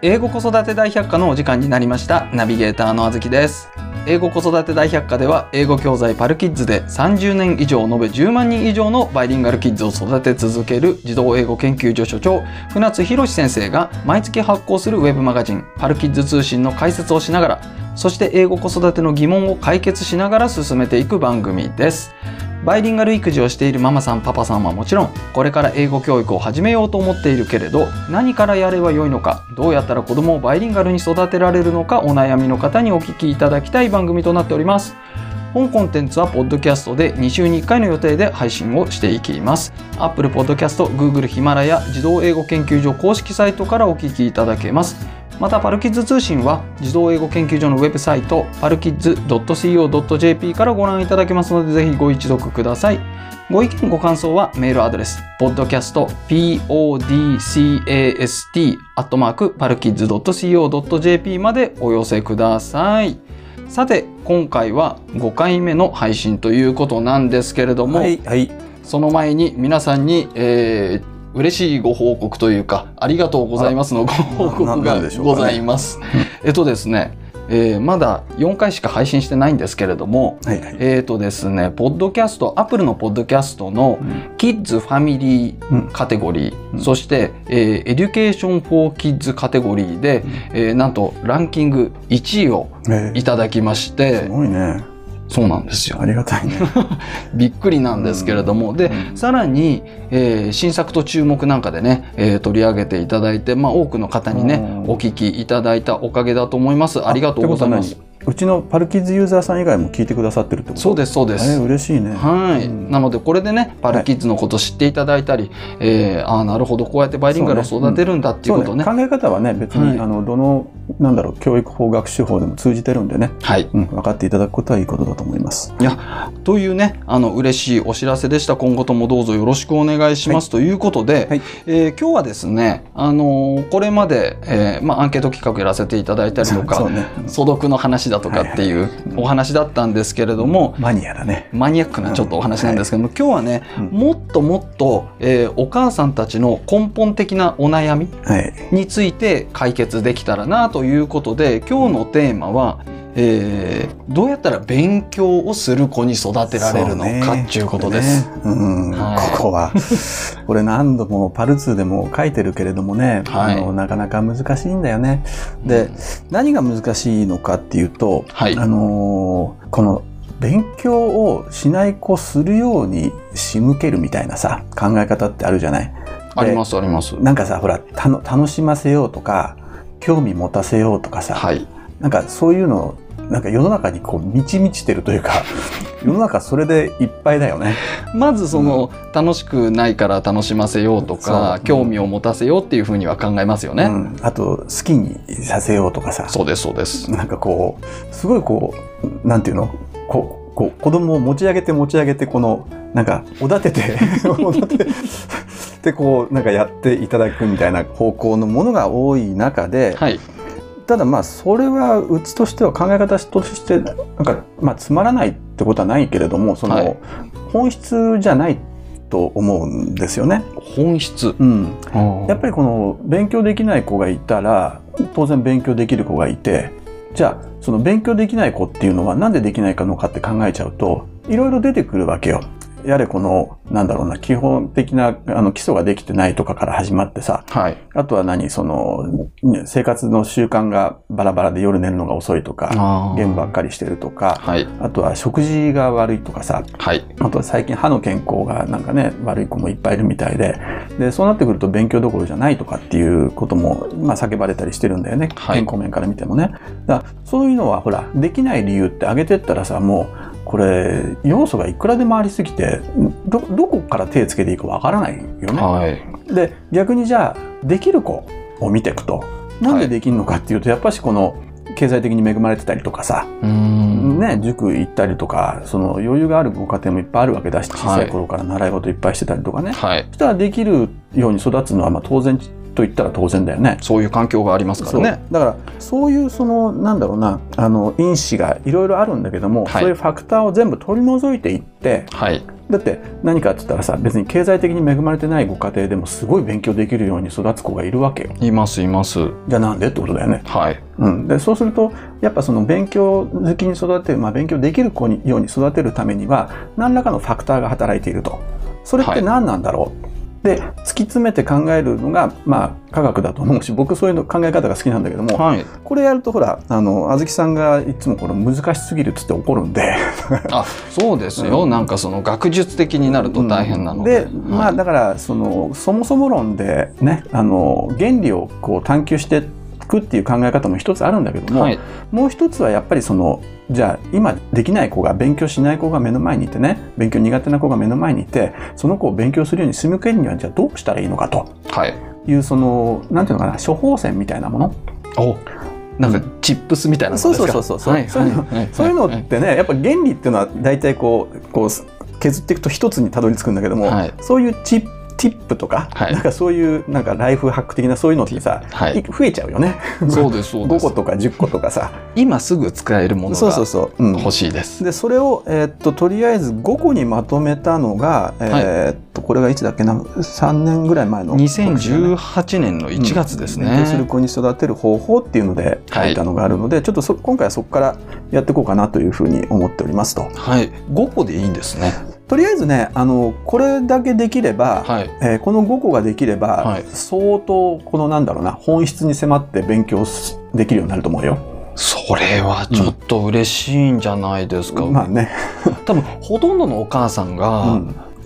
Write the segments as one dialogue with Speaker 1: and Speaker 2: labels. Speaker 1: 英語子育て大百科のお時間になりましたナビゲーターのあずきです英語子育て大百科では英語教材パルキッズで30年以上延べ10万人以上のバイリンガルキッズを育て続ける児童英語研究所所長船津博史先生が毎月発行するウェブマガジンパルキッズ通信の解説をしながらそして英語子育ての疑問を解決しながら進めていく番組ですバイリンガル育児をしているママさんパパさんはもちろんこれから英語教育を始めようと思っているけれど何からやればよいのかどうやったら子供をバイリンガルに育てられるのかお悩みの方にお聞きいただきたい番組となっております本コンテンツはポッドキャストで2週に1回の予定で配信をしていきます Apple Podcast、Google ヒマラヤ児童英語研究所公式サイトからお聞きいただけますまたパルキッズ通信は児童英語研究所のウェブサイトパルキッズ .co.jp からご覧いただけますのでぜひご一読くださいご意見ご感想はメールアドレス podcast podcast アットマークパルキッズ .co.jp までお寄せくださいさて今回は5回目の配信ということなんですけれども、
Speaker 2: はい、はい、
Speaker 1: その前に皆さんに、えー、嬉しいご報告というか、ありがとうございますのご報
Speaker 2: な
Speaker 1: 告
Speaker 2: な
Speaker 1: が
Speaker 2: なんでしょうか
Speaker 1: ご
Speaker 2: ね
Speaker 1: ざい ます。えっとですね、えーまだ4回しか配信してないんですけれども、
Speaker 2: はい、はい。
Speaker 1: えっとですね、ポッドキャスト、アップルのポッドキャストの
Speaker 2: うん
Speaker 1: キッズファミリーカテゴリー、
Speaker 2: うん
Speaker 1: そして、えーエデュケーション・フォー・キッズカテゴリーで、えーなんとランキング1位を
Speaker 2: え
Speaker 1: いただきまし
Speaker 2: ーす
Speaker 1: て、
Speaker 2: ごいね。
Speaker 1: そうなんですよ。
Speaker 2: ありがたいね。
Speaker 1: びっくりなんですけれども、で
Speaker 2: うん
Speaker 1: さらに、えー新作と注目なんかでね、えー取り上げていただいて、まあ、多くの方にね、
Speaker 2: うん
Speaker 1: お聞きいただいたおかげだと思います ありがとうございま
Speaker 2: って
Speaker 1: す
Speaker 2: ことは何。うちのパルキッズユーザーさん以外も聞いてくださってるってこと
Speaker 1: そうですそうで
Speaker 2: えー
Speaker 1: す
Speaker 2: 嬉しいね。
Speaker 1: はい、
Speaker 2: うん
Speaker 1: なのでこれでねパルキッズのこと知っていただいたり、えーああなるほどこうやってバイリンガルを育てるんだっていう
Speaker 2: そう
Speaker 1: こ
Speaker 2: ね
Speaker 1: とね,、
Speaker 2: 考え方はね別に、
Speaker 1: はい
Speaker 2: あのどのなんだろう教育法学習法でも通じてるんでね、
Speaker 1: はい
Speaker 2: うん、分かっていただくことはいいことだと思います。
Speaker 1: いやというねあの嬉しいお知らせでした今後ともどうぞよろしくお願いします、ということで、
Speaker 2: はい
Speaker 1: えー今日はですね、あのーこれまで、えーまあ、アンケート企画やらせていただいたりとか、
Speaker 2: そうね。
Speaker 1: 素読の話だとかっていうお話だったんですけれども、
Speaker 2: マニアだね。
Speaker 1: マニアックなちょっとお話なんですけども、今日はね、
Speaker 2: うん
Speaker 1: もっともっと、えーお母さんたちの根本的なお悩み
Speaker 2: はい。
Speaker 1: について解決できたらなということで今日のテーマは、えーどうやったら勉強をする子に育てられるのかっていうことです。
Speaker 2: そうねうん
Speaker 1: はい
Speaker 2: こ こはこれ何度もパルツーでも書いてるけれどもね、
Speaker 1: はい
Speaker 2: あのなかなか難しいんだよね。で何が難しいのかっていうと、
Speaker 1: はい
Speaker 2: あのーこの勉強をしない子するように仕向けるみたいなさ考え方ってあるじゃない。
Speaker 1: ありますあります。
Speaker 2: なんかさほらたの楽しませようとか興味持たせようとかさ、
Speaker 1: はい
Speaker 2: なんかそういうのなんか世の中にこう満ち満ちてるというか世の中それでいっぱいだよね。
Speaker 1: まずその、楽しくないから楽しませようとか、
Speaker 2: そう
Speaker 1: 興味を持たせようっていうふうには考えますよね。
Speaker 2: うん、あと好きにさせようとかさ
Speaker 1: そうですそうです。
Speaker 2: なんかこうすごいこうなんていうのこうこう子供を持ち上げて持ち上げてこのなんかおだて ておだててでこうなんかやっていただくみたいな方向のものが多い中で、
Speaker 1: はい
Speaker 2: ただまあそれはうちとしては考え方としてなんか、まあ、つまらないってことはないけれどもその、
Speaker 1: はい
Speaker 2: 本質じゃないと思うんですよね。
Speaker 1: 本質。
Speaker 2: うん、や
Speaker 1: や
Speaker 2: っ
Speaker 1: っ
Speaker 2: ぱりこの勉強できない子がいたら当然勉強できる子がいてじゃあその勉強できない子っていうのはなんでできないかのかって考えちゃうといろいろ出てくるわけよ。やれこのなんだろうな基本的なあの基礎ができてないとかから始まってさ
Speaker 1: はい
Speaker 2: あとは何そのね生活の習慣がバラバラで夜寝るのが遅いとか
Speaker 1: あ
Speaker 2: ゲームばっかりしてるとか
Speaker 1: はい
Speaker 2: あとは食事が悪いとかさ
Speaker 1: はい
Speaker 2: あとは最近歯の健康がなんかね悪い子もいっぱいいるみたいででそうなってくると勉強どころじゃないとかっていうことも、まあ、叫ばれたりしてるんだよね、
Speaker 1: はい
Speaker 2: 健康面から見てもねだからそういうのはほらできない理由って挙げてったらさもうこれ要素がいくらでもありすぎてどどこから手つけていいかわからないよね。
Speaker 1: はい
Speaker 2: で逆にじゃあできる子を見ていくとなんでできるのかっていうとやっぱしこの経済的に恵まれてたりとかさ
Speaker 1: うーん
Speaker 2: ね、塾行ったりとかその余裕があるご家庭もいっぱいあるわけだし小さい頃から習い事いっぱいしてたりとかね、
Speaker 1: はい
Speaker 2: そしたらできるように育つのはまあ当然と言ったら当然だよね。
Speaker 1: そういう環境がありますか
Speaker 2: そう
Speaker 1: ら
Speaker 2: だ
Speaker 1: ね。
Speaker 2: からそういうそのなんだろうなあの因子がいろいろあるんだけども、
Speaker 1: はい
Speaker 2: そういうファクターを全部取り除いていって
Speaker 1: はい
Speaker 2: だって何かって言ったらさ別に経済的に恵まれてないご家庭でもすごい勉強できるように育つ子がいるわけよ
Speaker 1: いますいます
Speaker 2: じゃあなんでってことだよね、
Speaker 1: はい
Speaker 2: うん、でそうするとやっぱその勉強好きに育てる、まあ、勉強できる子にように育てるためには何らかのファクターが働いているとそれっ
Speaker 1: は
Speaker 2: て
Speaker 1: い
Speaker 2: 何なんだろう、で突き詰めて考えるのが、まあ、科学だと思うし僕そういうの考え方が好きなんだけども、
Speaker 1: はい
Speaker 2: これやるとほらあのあずきさんがいつもこの難しすぎるっつって怒るんで
Speaker 1: あそうですよ、なんかその学術的になると大変なので,、
Speaker 2: うんまあだからそのそもそも論でねあの原理をこう探求していくっていう考え方も一つあるんだけども、
Speaker 1: はい、
Speaker 2: もう一つはやっぱりそのじゃあ今できない子が勉強しない子が目の前にいてね勉強苦手な子が目の前にいてその子を勉強するように仕向けるにはじゃあどうしたらいいのかと
Speaker 1: はい、
Speaker 2: いうそのなんていうのかな処方箋みたいなもの
Speaker 1: おなんかチップスみたいなことですか
Speaker 2: そうそうそうそう
Speaker 1: はい
Speaker 2: そういうの
Speaker 1: はい
Speaker 2: そういうの
Speaker 1: は
Speaker 2: ってねやっぱ原理っていうのは大体こうこう削っていくと一つにたどり着くんだけども、
Speaker 1: はい
Speaker 2: そういうチップティップとか、
Speaker 1: はい
Speaker 2: なんかそういうなんかライフハック的なそういうのってさ、
Speaker 1: はい
Speaker 2: い増えちゃうよね。
Speaker 1: そうですそうで
Speaker 2: 5
Speaker 1: す
Speaker 2: 個とか10個とかさ。
Speaker 1: 今すぐ使えるもの
Speaker 2: そうそ
Speaker 1: が
Speaker 2: うそう。うん
Speaker 1: 欲しいです
Speaker 2: でそれを、えーっととりあえず5個にまとめたのが、えーっとこれがいつだっけな3年ぐらい前の
Speaker 1: 2018年の1月です
Speaker 2: 勉強
Speaker 1: ね、
Speaker 2: する子に育てる方法っていうので書いたのがあるので、ちょっとそ今回はそこからやっていこうかなというふうに思っておりますと。
Speaker 1: はい5個でいいんですね
Speaker 2: とりあえずねあのこれだけできれば、
Speaker 1: はい
Speaker 2: えーこの5個ができれば、
Speaker 1: はい
Speaker 2: 相当このなんだろうな本質に迫って勉強すできるようになると思うよ。
Speaker 1: それはちょっと嬉しいんじゃないですか、
Speaker 2: まあね、
Speaker 1: 多分ほとんどのお母さん
Speaker 2: う、
Speaker 1: が、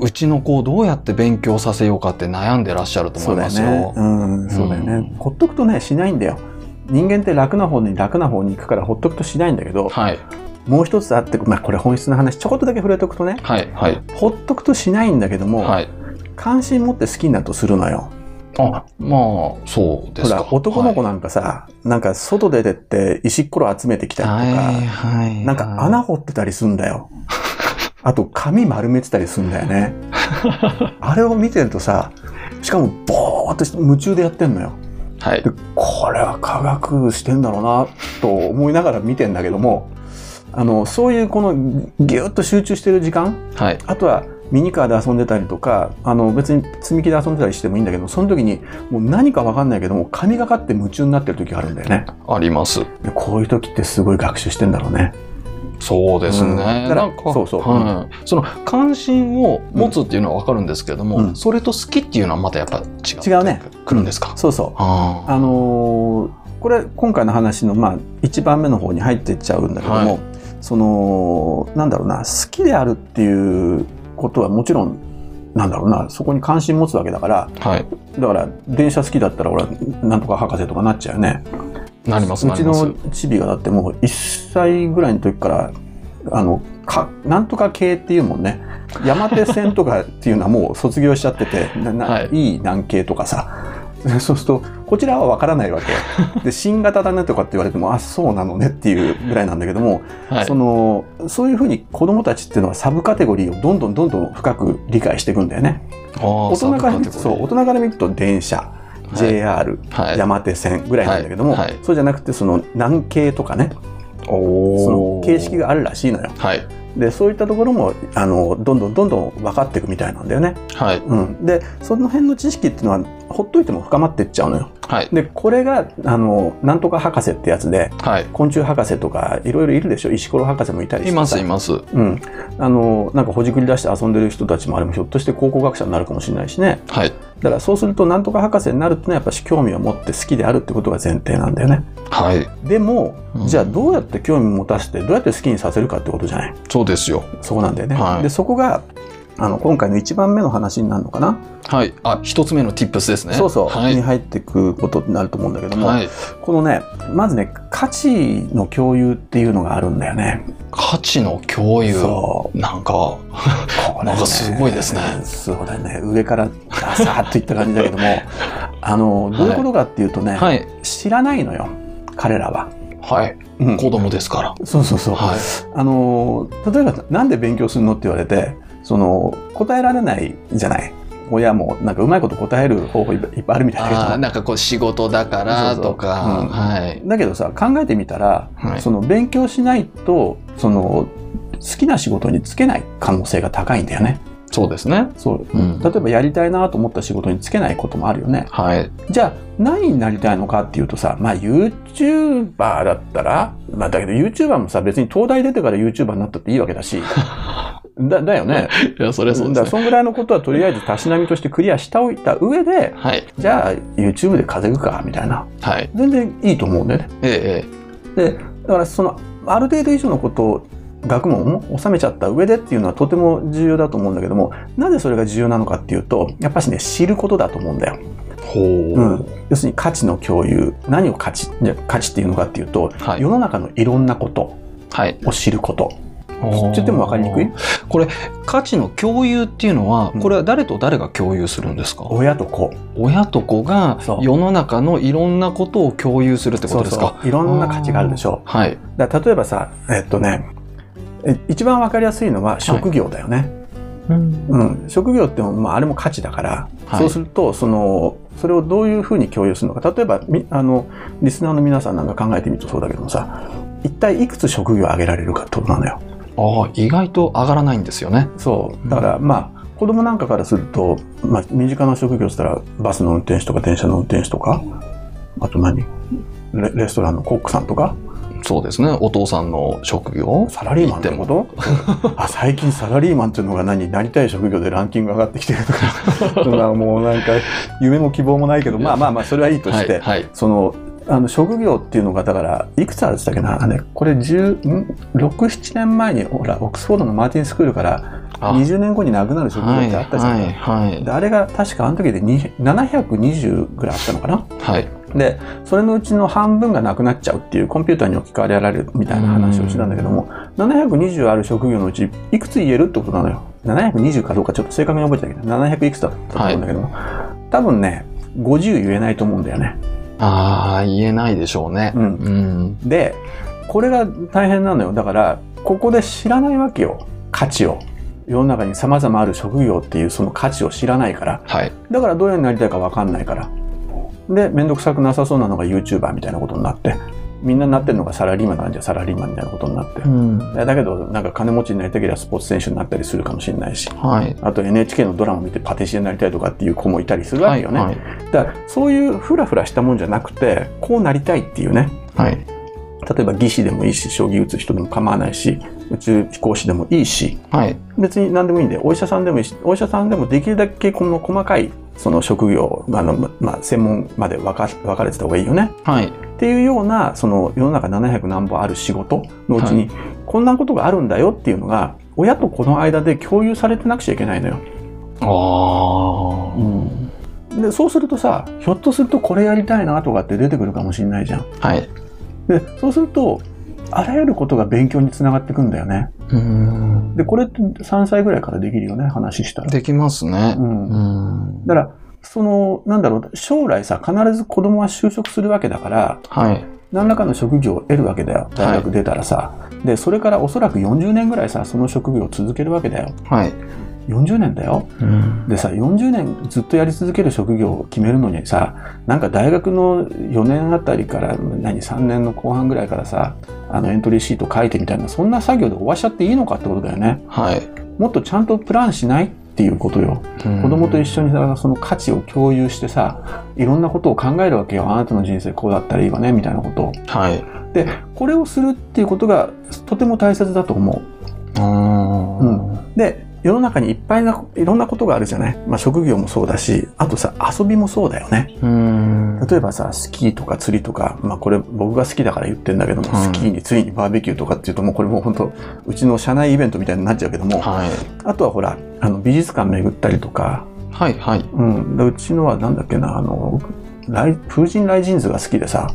Speaker 1: うんちの子をどうやって勉強させようかって悩んでらっしゃると
Speaker 2: そ
Speaker 1: 思
Speaker 2: う
Speaker 1: い
Speaker 2: だ
Speaker 1: ま
Speaker 2: よ
Speaker 1: すよ
Speaker 2: ね。うん、そうだよね。
Speaker 1: うん
Speaker 2: ほっとくとねしないんだよ。人間って楽な方に楽な方に行くからほっとくとしないんだけど、
Speaker 1: はい
Speaker 2: もう一つあって、まあ、これ本質の話ちょこっとだけ触れておくとね
Speaker 1: はいはい
Speaker 2: ほっとくとしないんだけども、
Speaker 1: はい
Speaker 2: 関心持って好きになるとするのよ。
Speaker 1: あまあそうで
Speaker 2: ほ
Speaker 1: すから
Speaker 2: 男の子
Speaker 1: な
Speaker 2: なんかさ、なんか外出てって石ころ集めてきたりとか、
Speaker 1: はいはいはい
Speaker 2: なんか穴掘ってたりすん だよ。あと髪丸めてたりすんだよね。あれを見てるとさ、しかもぼーっとして夢中でやってんのよ。
Speaker 1: はい
Speaker 2: で、これは科学してんだろうなと思いながら見てんだけども、あの、そういうこのぎゅーっと集中してる時間、
Speaker 1: はい
Speaker 2: あとはミニカーで遊んでたりとか、あの別に積み木で遊んでたりしてもいいんだけど、その時にもう何かわかんないけども、神がかって夢中になってる時があるんだよね。
Speaker 1: あります
Speaker 2: でこういう時ってすごい学習してんだろうね。
Speaker 1: そうですね、
Speaker 2: うんだか
Speaker 1: な
Speaker 2: ら
Speaker 1: んか
Speaker 2: そうそう
Speaker 1: はいその関心を持つっていうのは分かるんですけども、
Speaker 2: うん
Speaker 1: それと好きっていうのはまたやっぱ違う
Speaker 2: 違うね
Speaker 1: くるんですか、
Speaker 2: そうそう。
Speaker 1: あー
Speaker 2: あのーこれ今回の話のまあ1番目の方に入ってっちゃうんだけども、
Speaker 1: はい
Speaker 2: そのなんだろうな好きであるっていうことはもちろんなんだろうなそこに関心持つわけだから
Speaker 1: はい
Speaker 2: だから電車好きだったら俺はなんとか博士とかなっちゃうよね
Speaker 1: なります
Speaker 2: う
Speaker 1: な
Speaker 2: ち
Speaker 1: ります
Speaker 2: のチビがだってもう1歳ぐらいの時からあのかなんとか系っていうもんね山手線とかっていうのはもう卒業しちゃっててなな
Speaker 1: はい
Speaker 2: いい南系とかさ そうするとこちらはわからないわけよで新型だねとかって言われてもあそうなのねっていうぐらいなんだけども、
Speaker 1: はい
Speaker 2: そのそういうふうに子どもたちっていうのはサブカテゴリーをどんどんどんどん深く理解していくんだよね
Speaker 1: 大
Speaker 2: 大人から見るとそう大人から見ると電車 JR、
Speaker 1: はい、
Speaker 2: 山手線ぐらいなんだけども、
Speaker 1: はいはい
Speaker 2: そうじゃなくてその南系とかねそ
Speaker 1: お
Speaker 2: の形式があるらしいのよ
Speaker 1: はい
Speaker 2: でそういったところもあのどんどんどんどん分かっていくみたいなんだよね、
Speaker 1: はい
Speaker 2: うん、でその辺の知識っていうのはほっといても深まっていっちゃうのよ
Speaker 1: はい
Speaker 2: でこれがあのなんとか博士ってやつで
Speaker 1: はい
Speaker 2: 昆虫博士とかいろいろいるでしょ石ころ博士もいたりして
Speaker 1: い
Speaker 2: さ
Speaker 1: ますいますは
Speaker 2: うん、あのなんかほじくり出して遊んでる人たちもあれもひょっとして考古学者になるかもしれないしね
Speaker 1: い
Speaker 2: だからそうするとなんとか博士になるってのはやっぱし興味を持って好きであるってことが前提なんだよね
Speaker 1: はい
Speaker 2: でも、
Speaker 1: うん
Speaker 2: じゃあどうやって興味持たせてどうやって好きにさせるかってことじゃない
Speaker 1: そうですよ
Speaker 2: そこなんだよね、
Speaker 1: はい
Speaker 2: でそこがあの今回の一番目の話になるのかな、
Speaker 1: はいあ一つ目の tips ですね
Speaker 2: そうそう、
Speaker 1: はい
Speaker 2: に入ってくことになると思うんだけども、
Speaker 1: はい、
Speaker 2: このねまずね価値の共有っていうのがあるんだよね
Speaker 1: 価値の共有
Speaker 2: そう
Speaker 1: なんか
Speaker 2: これね
Speaker 1: なんかすごいですね
Speaker 2: そうだね上からダサーっといった感じだけ どもあのどういうことかっていうとね、
Speaker 1: はい
Speaker 2: 知らないのよ彼らは、
Speaker 1: はい
Speaker 2: うん
Speaker 1: 子供ですから
Speaker 2: そうそうそう、
Speaker 1: はい
Speaker 2: あの例えばなんで勉強するのって言われてその答えられないじゃない親もなんかうまいこと答える方法いっぱいいっぱいあるみたいだ
Speaker 1: あー
Speaker 2: けど
Speaker 1: なんかこう仕事だからとか
Speaker 2: そうそううん
Speaker 1: はい、
Speaker 2: だけどさ考えてみたら、
Speaker 1: はい
Speaker 2: その勉強しないとその好きな仕事に就けない可能性が高いんだよね。
Speaker 1: そうですね。
Speaker 2: そう
Speaker 1: うん
Speaker 2: 例えばやりたいなと思った仕事に就けないこともあるよね
Speaker 1: はい。
Speaker 2: じゃあ何になりたいのかっていうとさまあ YouTuber だったらまあだけど YouTuber もさ別に東大出てから YouTuber になったっていいわ けだしだだよね
Speaker 1: いや、それそう
Speaker 2: だ
Speaker 1: で
Speaker 2: か
Speaker 1: す
Speaker 2: ら
Speaker 1: ね。
Speaker 2: そんぐらいのことはとりあえずたしなみとしてクリアしておいた上で
Speaker 1: はい。
Speaker 2: じゃあ YouTube で稼ぐかみたいな
Speaker 1: はい。
Speaker 2: 全然いいと思うんだよね
Speaker 1: ええ、
Speaker 2: でだからそのある程度以上のことを学問を収めちゃった上でっていうのはとても重要だと思うんだけどもなぜそれが重要なのかっていうとやっぱしね知ることだと思うんだよ、
Speaker 1: ええ。ほう。
Speaker 2: うん、要するに価値の共有何を価値じゃあ価値っていうのかっていうと、
Speaker 1: はい
Speaker 2: 世。の中のいろんなこと
Speaker 1: はい。
Speaker 2: を知ることちょっとでも分かりにくい
Speaker 1: これ価値の共有っていうのは、
Speaker 2: うん
Speaker 1: これは誰と誰が共有するんですか
Speaker 2: 親と子
Speaker 1: 親と子が
Speaker 2: そう
Speaker 1: 世の中のいろんなことを共有するってことですか
Speaker 2: そうそういろんな価値があるでしょ
Speaker 1: はい。
Speaker 2: うだから例えばさえっとねえ一番分かりやすいのは職業だよね、うん、職業っても、まあ、あれも価値だから、
Speaker 1: はい
Speaker 2: そうするとそのそれをどういうふうに共有するのか例えばみあのリスナーの皆さんなんか考えてみるとそうだけどもさ一体いくつ職業を挙げられるかってことなのよ。
Speaker 1: ああ意外と上がらないんですよね。
Speaker 2: そうだから、まあ子供なんかからすると、まあ、身近な職業って言ったらバスの運転手とか電車の運転手とかあと何レレストランのコックさんとか
Speaker 1: そうですね。お父さんの職業。
Speaker 2: サラリーマンってことあ最近サラリーマンっていうのが何なりたい職業でランキング上がってきてると かまあもうなんか夢も希望もないけどまあまあまあそれはいいとして、
Speaker 1: はい。はい。
Speaker 2: そのあの職業っていうのがだからいくつあるって言ったっけなあねこれ67年前にほらオックスフォードのマーティンスクールから
Speaker 1: あ
Speaker 2: 20年後に亡くなる職業
Speaker 1: は
Speaker 2: っ
Speaker 1: い。
Speaker 2: てあったじゃん。
Speaker 1: はい。はい
Speaker 2: で。あれが確かあの時で2 720ぐらいあったのかな
Speaker 1: はい。
Speaker 2: でそれのうちの半分がなくなっちゃうっていうコンピューターに置き換えられるみたいな話をしてたんだけども720ある職業のうちいくつ言えるってことなのよ720かどうかちょっと正確に覚えてたけど700いくつだったと思うんだけども、多分ね50言えないと思うんだよね、
Speaker 1: ああ言えないでしょうね。
Speaker 2: うん
Speaker 1: うん。
Speaker 2: でこれが大変なのよだからここで知らないわけよ価値を世の中に様々ある職業っていうその価値を知らないから
Speaker 1: はい。
Speaker 2: だからどういうになりたいか分かんないから。で、めんどくさくなさそうなのが YouTuber みたいなことになって、みんななってるのがサラリーマンなんじゃサラリーマンみたいなことになって。
Speaker 1: ん。
Speaker 2: でだけど、なんか金持ちになりたければスポーツ選手になったりするかもしれないし、
Speaker 1: はい。
Speaker 2: あと NHK のドラマ見てパティシエになりたいとかっていう子もいたりするわけよね。
Speaker 1: はい。
Speaker 2: だから、そういうふらふらしたもんじゃなくて、こうなりたいっていうね。
Speaker 1: はい。
Speaker 2: 例えば技師でもいいし、将棋打つ人でも構わないし、宇宙飛行士でもいいし、
Speaker 1: はい。
Speaker 2: 別に何でもいいんでお医者さんでもいいしお医者さんでもできるだけこの細かいその職業あの、ままあ、専門まで分か分かれてた方がいいよね
Speaker 1: はい。
Speaker 2: っていうようなその世の中700何本ある仕事のうちに、こんなことがあるんだよっていうのが親と子の間で共有されてなくちゃいけないのよ。
Speaker 1: ああ。
Speaker 2: でそうするとさひょっとするとこれやりたいなとかって出てくるかもしれないじゃん。
Speaker 1: はい。
Speaker 2: でそうするとあらゆることが勉強につながってくんだよね。
Speaker 1: うん。
Speaker 2: でこれって3歳ぐらいからできるよね話したら。
Speaker 1: できますね。
Speaker 2: うん
Speaker 1: うん。
Speaker 2: だから、その、なんだろう、将来さ、必ず子供は就職するわけだから、
Speaker 1: はい。
Speaker 2: 何らかの職業を得るわけだよ。大学出たらさ。で、それからおそらく40年ぐらいさ、その職業を続けるわけだよ。
Speaker 1: はい。
Speaker 2: 40年だよ。
Speaker 1: うん。
Speaker 2: でさ、40年ずっとやり続ける職業を決めるのにさ、なんか大学の4年あたりから、何、3年の後半ぐらいからさ、あの、エントリーシート書いてみたいな、そんな作業で終わしちゃっていいのかってことだよね。
Speaker 1: はい。
Speaker 2: もっとちゃんとプランしないっていうことよ。
Speaker 1: 子
Speaker 2: 子供と一緒にさその価値を共有してさいろんなことを考えるわけよあなたの人生こうだったらいいわねみたいなことを
Speaker 1: はい。
Speaker 2: でこれをするっていうことがとても大切だと思う、
Speaker 1: うん。
Speaker 2: で世の中にいっぱいないろんなことがあるじゃない、まあ、職業もそうだしあとさ遊びもそうだよね
Speaker 1: うん。
Speaker 2: 例えばさスキーとか釣りとか、まあ、これ僕が好きだから言ってんだけども、
Speaker 1: はい
Speaker 2: スキーに釣りにバーベキューとかっていうともうこれもう本当うちの社内イベントみたいになっちゃうけども、
Speaker 1: はい。
Speaker 2: あとはほらあの美術館巡ったりとか
Speaker 1: はい、はい。
Speaker 2: うん、でうちのはなんだっけなあの来風神雷神図が好きでさ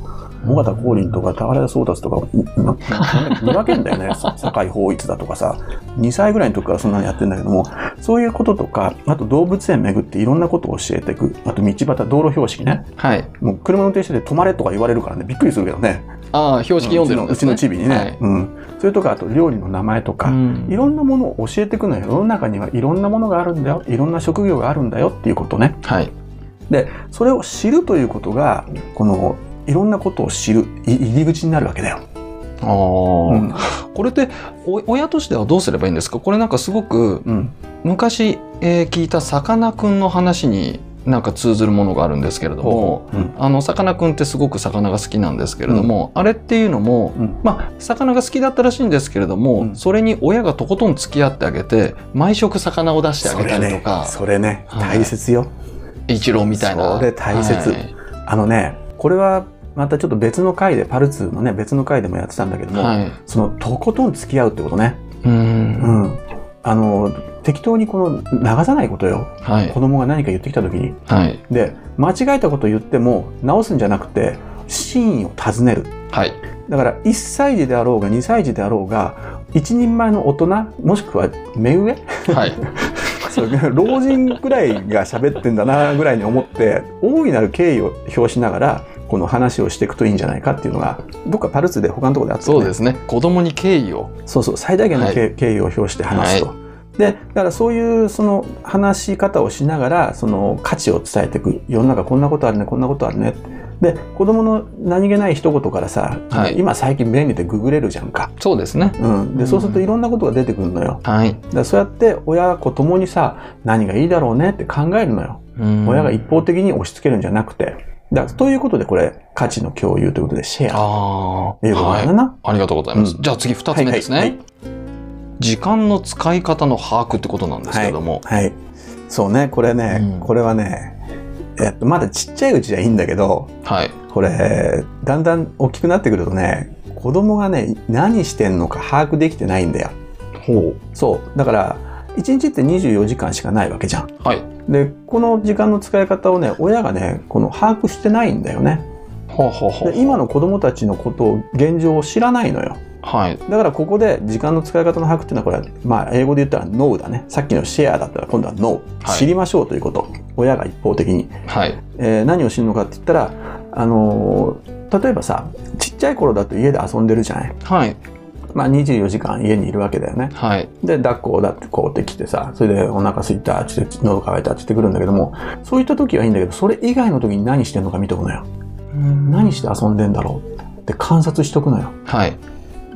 Speaker 2: 尾形光琳とか俵田宗達とかなな見分けんだよね さ堺法一だとかさ2歳ぐらいの時からそんなのやってんだけどもそういうこととかあと動物園巡っていろんなことを教えていくあと道端道路標識ね
Speaker 1: はい。
Speaker 2: もう車の運転してて止まれとか言われるからねびっくりするけどね
Speaker 1: ああ、標識読んでるん
Speaker 2: う
Speaker 1: です
Speaker 2: ち
Speaker 1: ね。
Speaker 2: のうちのチビにね、うん、それとかあと料理の名前とか、
Speaker 1: はい。
Speaker 2: いろんなものを教えていくのよ世の中にはいろんなものがあるんだよいろんな職業があるんだよっていうことね
Speaker 1: はい。
Speaker 2: でそれを知るということがこのいろんなことを知るい入り口になるわけだよ。
Speaker 1: ああ、
Speaker 2: うん
Speaker 1: これってお親としてはどうすればいいんですかこれなんかすごく
Speaker 2: うん
Speaker 1: 昔えー聞いたさかなクンの話になんか通ずるものがあるんですけれども、
Speaker 2: うん
Speaker 1: あのさかなクンってすごく魚が好きなんですけれども、あれっていうのも、
Speaker 2: うん
Speaker 1: まあ、魚が好きだったらしいんですけれども、
Speaker 2: うん
Speaker 1: それに親がとことん付き合ってあげて毎食魚を出してあ
Speaker 2: そ
Speaker 1: げたり
Speaker 2: れ
Speaker 1: と
Speaker 2: ね
Speaker 1: か、
Speaker 2: それね
Speaker 1: はい
Speaker 2: 大切よ、
Speaker 1: 一郎みたいな
Speaker 2: それ大切
Speaker 1: はい
Speaker 2: あのねこれはまたちょっと別の回でパルツーのね別の回でもやってたんだけども、
Speaker 1: はい
Speaker 2: そのとことん付き合うってことね、
Speaker 1: う
Speaker 2: うんん、あの適当にこの流さないことよ
Speaker 1: はい
Speaker 2: 子供が何か言ってきた時に
Speaker 1: はい
Speaker 2: で間違えたこと言っても直すんじゃなくて真意を尋ねる
Speaker 1: はい
Speaker 2: だから1歳児であろうが2歳児であろうが一人前の大人もしくは目上
Speaker 1: はい
Speaker 2: そう老人ぐらいが喋ってんだなぐらいに思って大いなる敬意を表しながらこの話をしていくといいんじゃないかっていうのが僕はパルツで他のところであった
Speaker 1: そ
Speaker 2: よ
Speaker 1: う
Speaker 2: ね
Speaker 1: ですね子供に敬意を
Speaker 2: そうそう最大限の
Speaker 1: はい
Speaker 2: 敬,、敬意を表して話すと。でだからそういうその話し方をしながらその価値を伝えていく世の中こんなことあるねこんなことあるねで子供の何気ない一言からさ、
Speaker 1: はい
Speaker 2: 今最近便利でググれるじゃんか、
Speaker 1: そうですね
Speaker 2: うん、
Speaker 1: う
Speaker 2: で
Speaker 1: ん
Speaker 2: そうするといろんなことが出てくるのよ
Speaker 1: はい
Speaker 2: だからそうやって親子ともにさ何がいいだろうねって考えるのよ、親が一方的に押し付けるんじゃなくてだからということでこれ価値の共有ということでシェア
Speaker 1: ああ
Speaker 2: ということ
Speaker 1: は
Speaker 2: だ
Speaker 1: い
Speaker 2: な、
Speaker 1: ありがとうございます。
Speaker 2: うん
Speaker 1: じゃあ次二つ目ですね、
Speaker 2: はいはい
Speaker 1: 時間の使い方の把握ってことなんですけれども。
Speaker 2: はい。そうね、これね、
Speaker 1: うん
Speaker 2: これはね、えっと、まだちっちゃいうちはいいんだけど、
Speaker 1: はい。
Speaker 2: これ、だんだん大きくなってくるとね、子供がね、何してんのか把握できてないんだよ。
Speaker 1: ほ
Speaker 2: そう。だから、1日って24時間しかないわけじゃん。
Speaker 1: う。はい。
Speaker 2: で、この時間の使い方をね、親がね、この把握してないんだよね。
Speaker 1: ほうほうほう。
Speaker 2: で今の子供たちのことを、現状を知らないのよ。
Speaker 1: はい。
Speaker 2: だからここで時間の使い方の把握っていうのはこれは、まあ、英語で言ったら NO だねさっきのシェアだったら今度は NO、
Speaker 1: はい
Speaker 2: 知りましょうということ親が一方的に、
Speaker 1: はい。
Speaker 2: えー何を知るのかって言ったら、あのー例えばさちっちゃい頃だと家で遊んでるじゃない、
Speaker 1: はい。
Speaker 2: まあ、24時間家にいるわけだよね
Speaker 1: はい。
Speaker 2: で抱っこだってこうってきてさそれでお腹すいたちょっと喉乾いたって言ってくるんだけどもそういった時はいいんだけどそれ以外の時に何してんのか見とくのよ何して遊んでんだろうって観察しとくのよ
Speaker 1: はい。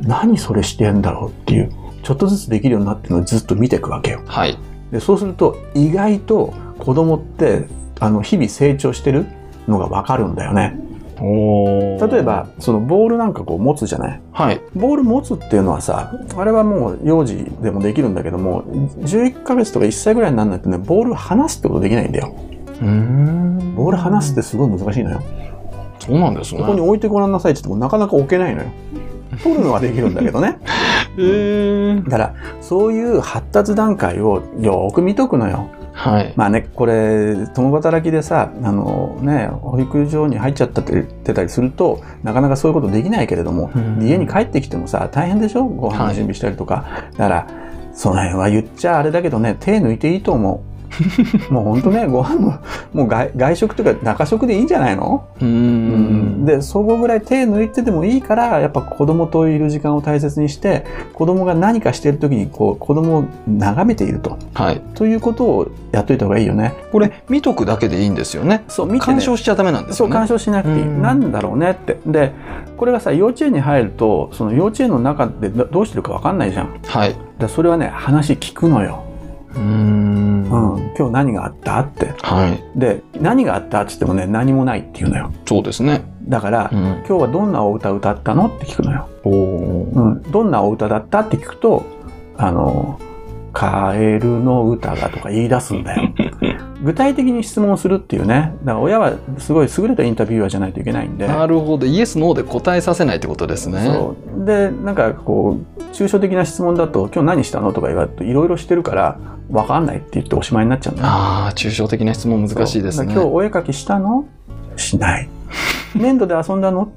Speaker 2: 何それしてんだろうっていうちょっとずつできるようになってるのをずっと見ていくわけよ
Speaker 1: はい。
Speaker 2: でそうすると意外と子供ってあの日々成長してるのが分かるんだよね
Speaker 1: おー
Speaker 2: 例え。ばそのボールなんかこう持つじゃない
Speaker 1: はい。
Speaker 2: ボール持つっていうのはさあれはもう幼児でもできるんだけども11ヶ月とか1歳ぐらいにならないとねボール離すってことできないんだよ
Speaker 1: うん
Speaker 2: ボール離すってすごい難しいのよ
Speaker 1: そうなんですね。
Speaker 2: ここに置いてごらんなさいって言ってもなかなか置けないのよ取るのはできるんだけどね
Speaker 1: えー。
Speaker 2: だからそういう発達段階をよーく見とくのよ。
Speaker 1: はい。
Speaker 2: まあねこれ共働きでさあの、ね、保育所に入っちゃったって言ってたりするとなかなかそういうことできないけれども、
Speaker 1: うん
Speaker 2: 家に帰ってきてもさ大変でしょご飯の準備したりとか、だからその辺は言っちゃあれだけどね手抜いていいと 思う。もうほんとねご飯ももう外外食というか中食でいいんじゃないの、
Speaker 1: うーん。
Speaker 2: でそこぐらい手抜いててもいいからやっぱ子供といる時間を大切にして子供が何かしてる時にこう子供を眺めていると
Speaker 1: はい。
Speaker 2: ということをやっといた方がいいよね。
Speaker 1: これ、見とくだけでいいんですよね。
Speaker 2: そう見
Speaker 1: 干渉しちゃダメなんです
Speaker 2: そ
Speaker 1: よ
Speaker 2: う
Speaker 1: ね。
Speaker 2: 干渉しなくていい、
Speaker 1: うん
Speaker 2: なんだろうねってでこれがさ幼稚園に入るとその幼稚園の中でどどうしてるか分かんないじゃんだか
Speaker 1: はい。
Speaker 2: らそれはね話聞くのよ、
Speaker 1: うーん
Speaker 2: うん今日何があったって
Speaker 1: はい。
Speaker 2: で何があったって言ってもね何もないっていうのよ
Speaker 1: そうですね。
Speaker 2: だから、
Speaker 1: うん。
Speaker 2: 今日はどんなお歌歌ったのって聞くのよ、
Speaker 1: おー。
Speaker 2: うん、どんなお歌だったって聞くとあのカエルの歌がとか言い出すん だよ具体的に質問するっていうねだから親はすごい優れたインタビュアーじゃないといけないんで
Speaker 1: なるほど。イエス、ノーで答えさせないってことですね。
Speaker 2: そうでなんかこう抽象的な質問だと「今日何したの?」とか言われるといろいろしてるから分かんないって言っておしまいになっちゃうんだよ
Speaker 1: ああ、抽象的な質問難しいですね。
Speaker 2: そうだから今日お絵かきしたの しない粘土で遊んだの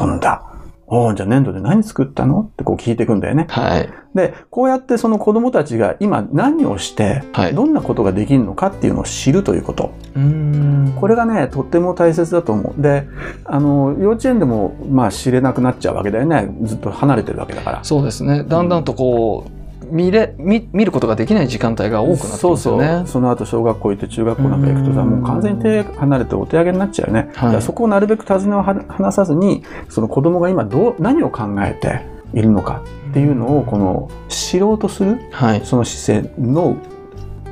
Speaker 2: 遊んだおーじゃあ粘土で何作ったのってこう聞いていくんだよね
Speaker 1: はい。
Speaker 2: でこうやってその子供たちが今何をして
Speaker 1: はい。
Speaker 2: どんなことができるのかっていうのを知るということ
Speaker 1: うん
Speaker 2: これがねとっても大切だと思うであの幼稚園でもまあ知れなくなっちゃうわけだよねずっと離れてるわけだから
Speaker 1: そうですね。だんだんとこう、見れ、見、見ることができない時間帯が多くなってますよね。
Speaker 2: そうそうその後小学校行って中学校なんか行くとさ
Speaker 1: うん
Speaker 2: もう完全に手離れてお手上げになっちゃうよね、だからそこをなるべく尋ねをは離さずにその子供が今どう何を考えているのかっていうのをこの知ろうとする
Speaker 1: はい。
Speaker 2: その姿勢の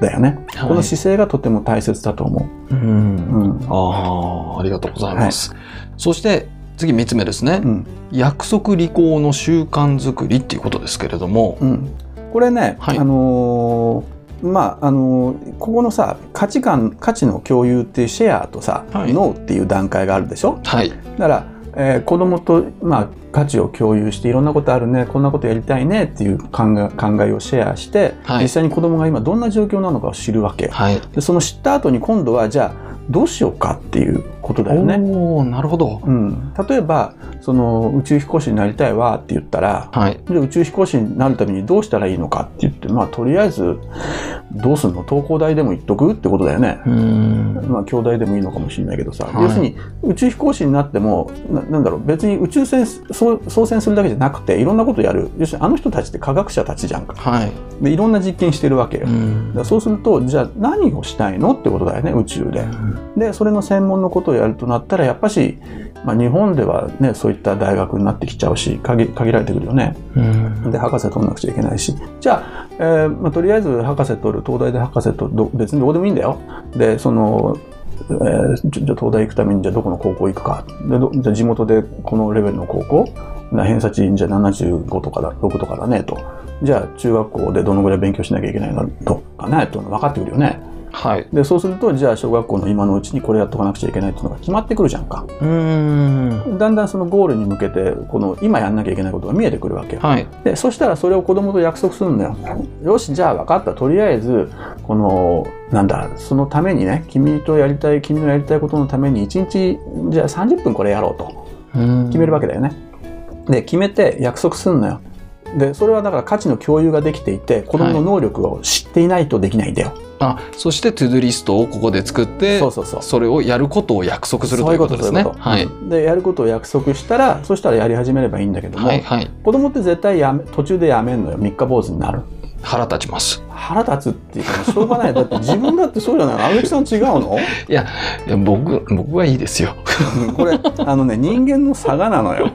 Speaker 2: だよね。
Speaker 1: はい
Speaker 2: この姿勢がとても大切だと思
Speaker 1: うん
Speaker 2: う。うん。
Speaker 1: ああ、ありがとうございます。そして次3つ目ですね、
Speaker 2: うん。
Speaker 1: 約束履行の習慣作りっていうことですけれども、
Speaker 2: うん。これね、
Speaker 1: はい
Speaker 2: あのーまあ、あのーここのさ、価値観、価値の共有っていうシェアとさ、
Speaker 1: はい
Speaker 2: ノーっていう段階があるでしょ
Speaker 1: はい、
Speaker 2: だから、えー子供と、まあ、価値を共有していろんなことあるねこんなことやりたいねっていう考え考えをシェアして、
Speaker 1: はい
Speaker 2: 実際に子供が今どんな状況なのかを知るわけよ
Speaker 1: はい。
Speaker 2: でその知った後に今度はじゃあどうしようかっていうことだよね。
Speaker 1: おお、なるほど。
Speaker 2: うん、例えばその宇宙飛行士になりたいわって言ったら
Speaker 1: はい、
Speaker 2: で宇宙飛行士になるためにどうしたらいいのかって言ってまあとりあえずどうすんの東工大でも行っとくってことだよね。
Speaker 1: うーん、
Speaker 2: まあ、兄弟でもいいのかもしれないけどさ、
Speaker 1: はい
Speaker 2: 要するに宇宙飛行士になってもななんだろう別に宇宙船そう操船するだけじゃなくていろんなことやる要するにあの人たちって科学者たちじゃんか
Speaker 1: はい、
Speaker 2: でいろんな実験してるわけ
Speaker 1: う
Speaker 2: よ、だ
Speaker 1: ん
Speaker 2: か、らそうするとじゃあ何をしたいのってことだよね宇宙ででそれの専門のことをやるとなったらやっぱし、まあ、日本ではねそういった大学になってきちゃうし限限られてくるよね
Speaker 1: うん、
Speaker 2: で博士取らなくちゃいけないしじゃあ、えーまあ、とりあえず博士取る東大で博士取るど別にどこでもいいんだよでその、えーじゃじゃあ東大行くためにじゃあどこの高校行くかでどじゃあ地元でこのレベルの高校な偏差値じゃあ75とかだ6とかだねとじゃあ中学校でどのぐらい勉強しなきゃいけないのとかねというの分かってくるよね
Speaker 1: はい、
Speaker 2: でそうするとじゃあ小学校の今のうちにこれやっとかなくちゃいけないっていうのが決まってくるじゃんか
Speaker 1: うーん、
Speaker 2: だんだんそのゴールに向けてこの今やんなきゃいけないことが見えてくるわけよ
Speaker 1: はい、
Speaker 2: でそしたらそれを子供と約束するんだよ。よしじゃあ分かったとりあえずこのなんだそのためにね君とやりたい君のやりたいことのために1日じゃあ30分これやろうと決
Speaker 1: 決
Speaker 2: めるわ
Speaker 1: け。
Speaker 2: けだよね。で決めて約束するのよ。でそれはだから価値の共有ができていて子供の能力を知っていないとできないんだよ。
Speaker 1: あ、そしてトゥードゥリストをここで作って、
Speaker 2: そうそうそう。
Speaker 1: それをやることを約束する
Speaker 2: そ
Speaker 1: と
Speaker 2: う
Speaker 1: い
Speaker 2: いう
Speaker 1: う
Speaker 2: こ
Speaker 1: こととですね。
Speaker 2: そういうこと
Speaker 1: はい、
Speaker 2: でやることを約束したらそしたらやり始めればいいんだけども、
Speaker 1: はい、はい、
Speaker 2: 子供って絶対やめ途中でやめんのよ三日坊主になる。
Speaker 1: 腹立ちます。
Speaker 2: 腹立つっていうかもうしょうがないだって自分だってそうじゃない青木さん違うの
Speaker 1: いや、いや僕、僕はいいですよ。
Speaker 2: うんこれあのね人間の差がなのよ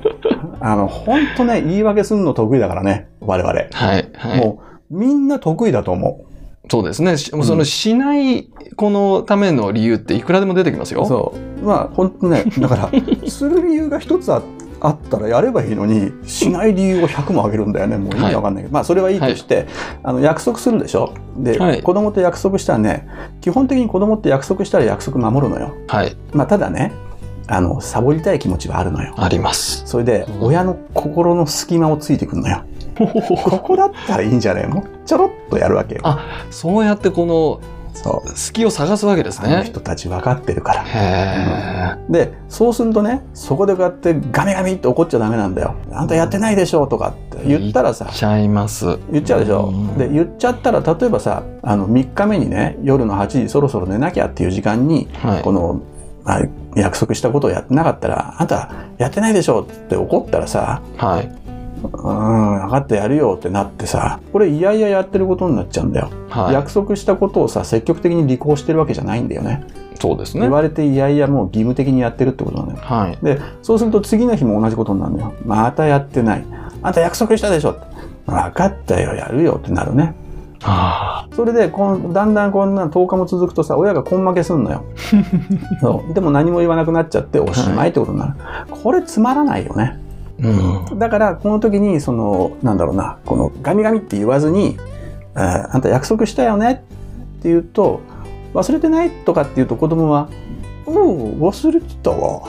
Speaker 2: あの本当ね言い訳するの得意だからね我々、
Speaker 1: はい、はい。
Speaker 2: もうみんな得意だと思
Speaker 1: そうですね。し
Speaker 2: ん
Speaker 1: そのしないこのための理由っていくらでも出てきます
Speaker 2: う
Speaker 1: よ。
Speaker 2: そうまあ本当ねだからする理由が一つああったらやればいいのにしない理由を100もあげるんだよねもう意味わかんないけど、まあそれはいいとして、あの約束するでしょで、
Speaker 1: はい
Speaker 2: 子供と約束したらね基本的に子供って約束したら約束守るのよ
Speaker 1: はい、
Speaker 2: まあ、ただねあのサボりたい気持ちはあるのよ
Speaker 1: あり ます。
Speaker 2: それで
Speaker 1: うん
Speaker 2: 親の心の隙間をついてくるのよここだったらいいんじゃないもうちょろっとやるわけよ
Speaker 1: あそうやってこの
Speaker 2: そう
Speaker 1: 隙を探すわけです
Speaker 2: あの
Speaker 1: ね。
Speaker 2: 人たち分かってるから
Speaker 1: へー
Speaker 2: でそうするとねそこでこうやってガミガミって怒っちゃダメなんだよあんたやってないでしょとかって言ったらさ
Speaker 1: 言っちゃいます。
Speaker 2: 言っちゃうでしょ
Speaker 1: ん
Speaker 2: で言っちゃったら例えばさあの3日目にね夜の8時そろそろ寝なきゃっていう時間に
Speaker 1: はい
Speaker 2: この、まあ約束したことをやってなかったらあんたやってないでしょって怒ったらさ
Speaker 1: はい
Speaker 2: うん分かったやるよってなってさこれいやいややってることになっちゃうんだよ、
Speaker 1: は
Speaker 2: 約束したことをさ積極的に履行してるわけじゃないんだよね
Speaker 1: い。そうですね
Speaker 2: 言。われていやいやもう義務的にやってるってことなんだよ
Speaker 1: はい
Speaker 2: でそうすると次の日も同じことになるのよまたやってないあんた約束したでしょって分かったよやるよってなるね
Speaker 1: あ
Speaker 2: それでこんだんだんこんな10日も続くとさ親が根負けすん のよそうでも何も言わなくなっちゃっておしまいってことになる、これつまらないよね
Speaker 1: ーうん
Speaker 2: だからこの時にそのなんだろうなこのガミガミって言わずに「あーあんた約束したよね」って言うと「忘れてない?」とかって言うと子供は「おお忘れてたわ
Speaker 1: お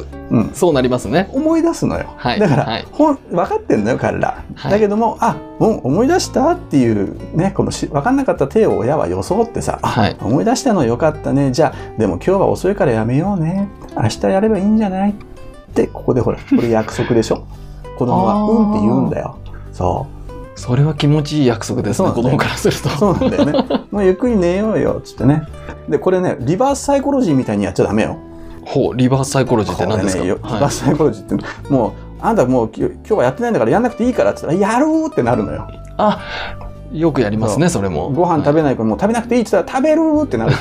Speaker 1: ー」
Speaker 2: うん、
Speaker 1: そうなりますね。
Speaker 2: 思い出すのよ。
Speaker 1: はい
Speaker 2: だから、
Speaker 1: はい
Speaker 2: ほん分かってんのよ彼ら、
Speaker 1: はい
Speaker 2: だけども「あもう思い出した?」っていうねこのし分かんなかった手を親は装ってさ「あ
Speaker 1: はい
Speaker 2: 思い出したのよかったねじゃあでも今日は遅いからやめようね明日やればいいんじゃないってここでほらこれ約束でし ょ子供は「
Speaker 1: あー
Speaker 2: うん」って言うんだよそ
Speaker 1: それは気持ちいい約束ですね。
Speaker 2: そう
Speaker 1: 子
Speaker 2: だね
Speaker 1: 供からすると
Speaker 2: う。そうなんだよ ねもうゆっくり寝ようよっつってねでこれねリバースサイコロジーみたいにやっちゃダメよ
Speaker 1: ほうリバースサイコロジーって何です
Speaker 2: こ
Speaker 1: か。
Speaker 2: れねよリバー
Speaker 1: は
Speaker 2: スサイコロジーってもうあんたもうき今日はやってないんだからやんなくていいからっつったら「やろう!」ってなるのよ
Speaker 1: い。あよくやりますねそれも。
Speaker 2: ご飯食べないからもう食べなくていいっつったら「食べる!」ってなるで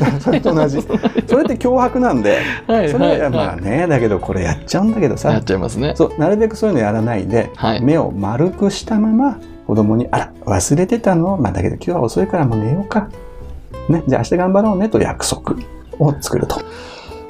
Speaker 2: しょそれと同じそれって脅迫なんで
Speaker 1: べ。はい
Speaker 2: それは
Speaker 1: はいい
Speaker 2: やまあ
Speaker 1: は
Speaker 2: ねだけどこれやっちゃうんだけど
Speaker 1: い。や
Speaker 2: さ
Speaker 1: っちゃいますね。
Speaker 2: そうなるべくそういうのやらないで、
Speaker 1: はい
Speaker 2: 目を丸くしたまま子供に、あら、忘れてたのまあ、だけど今日は遅いからもう寝ようか。ね、じゃあ明日頑張ろうねと約束を作ると。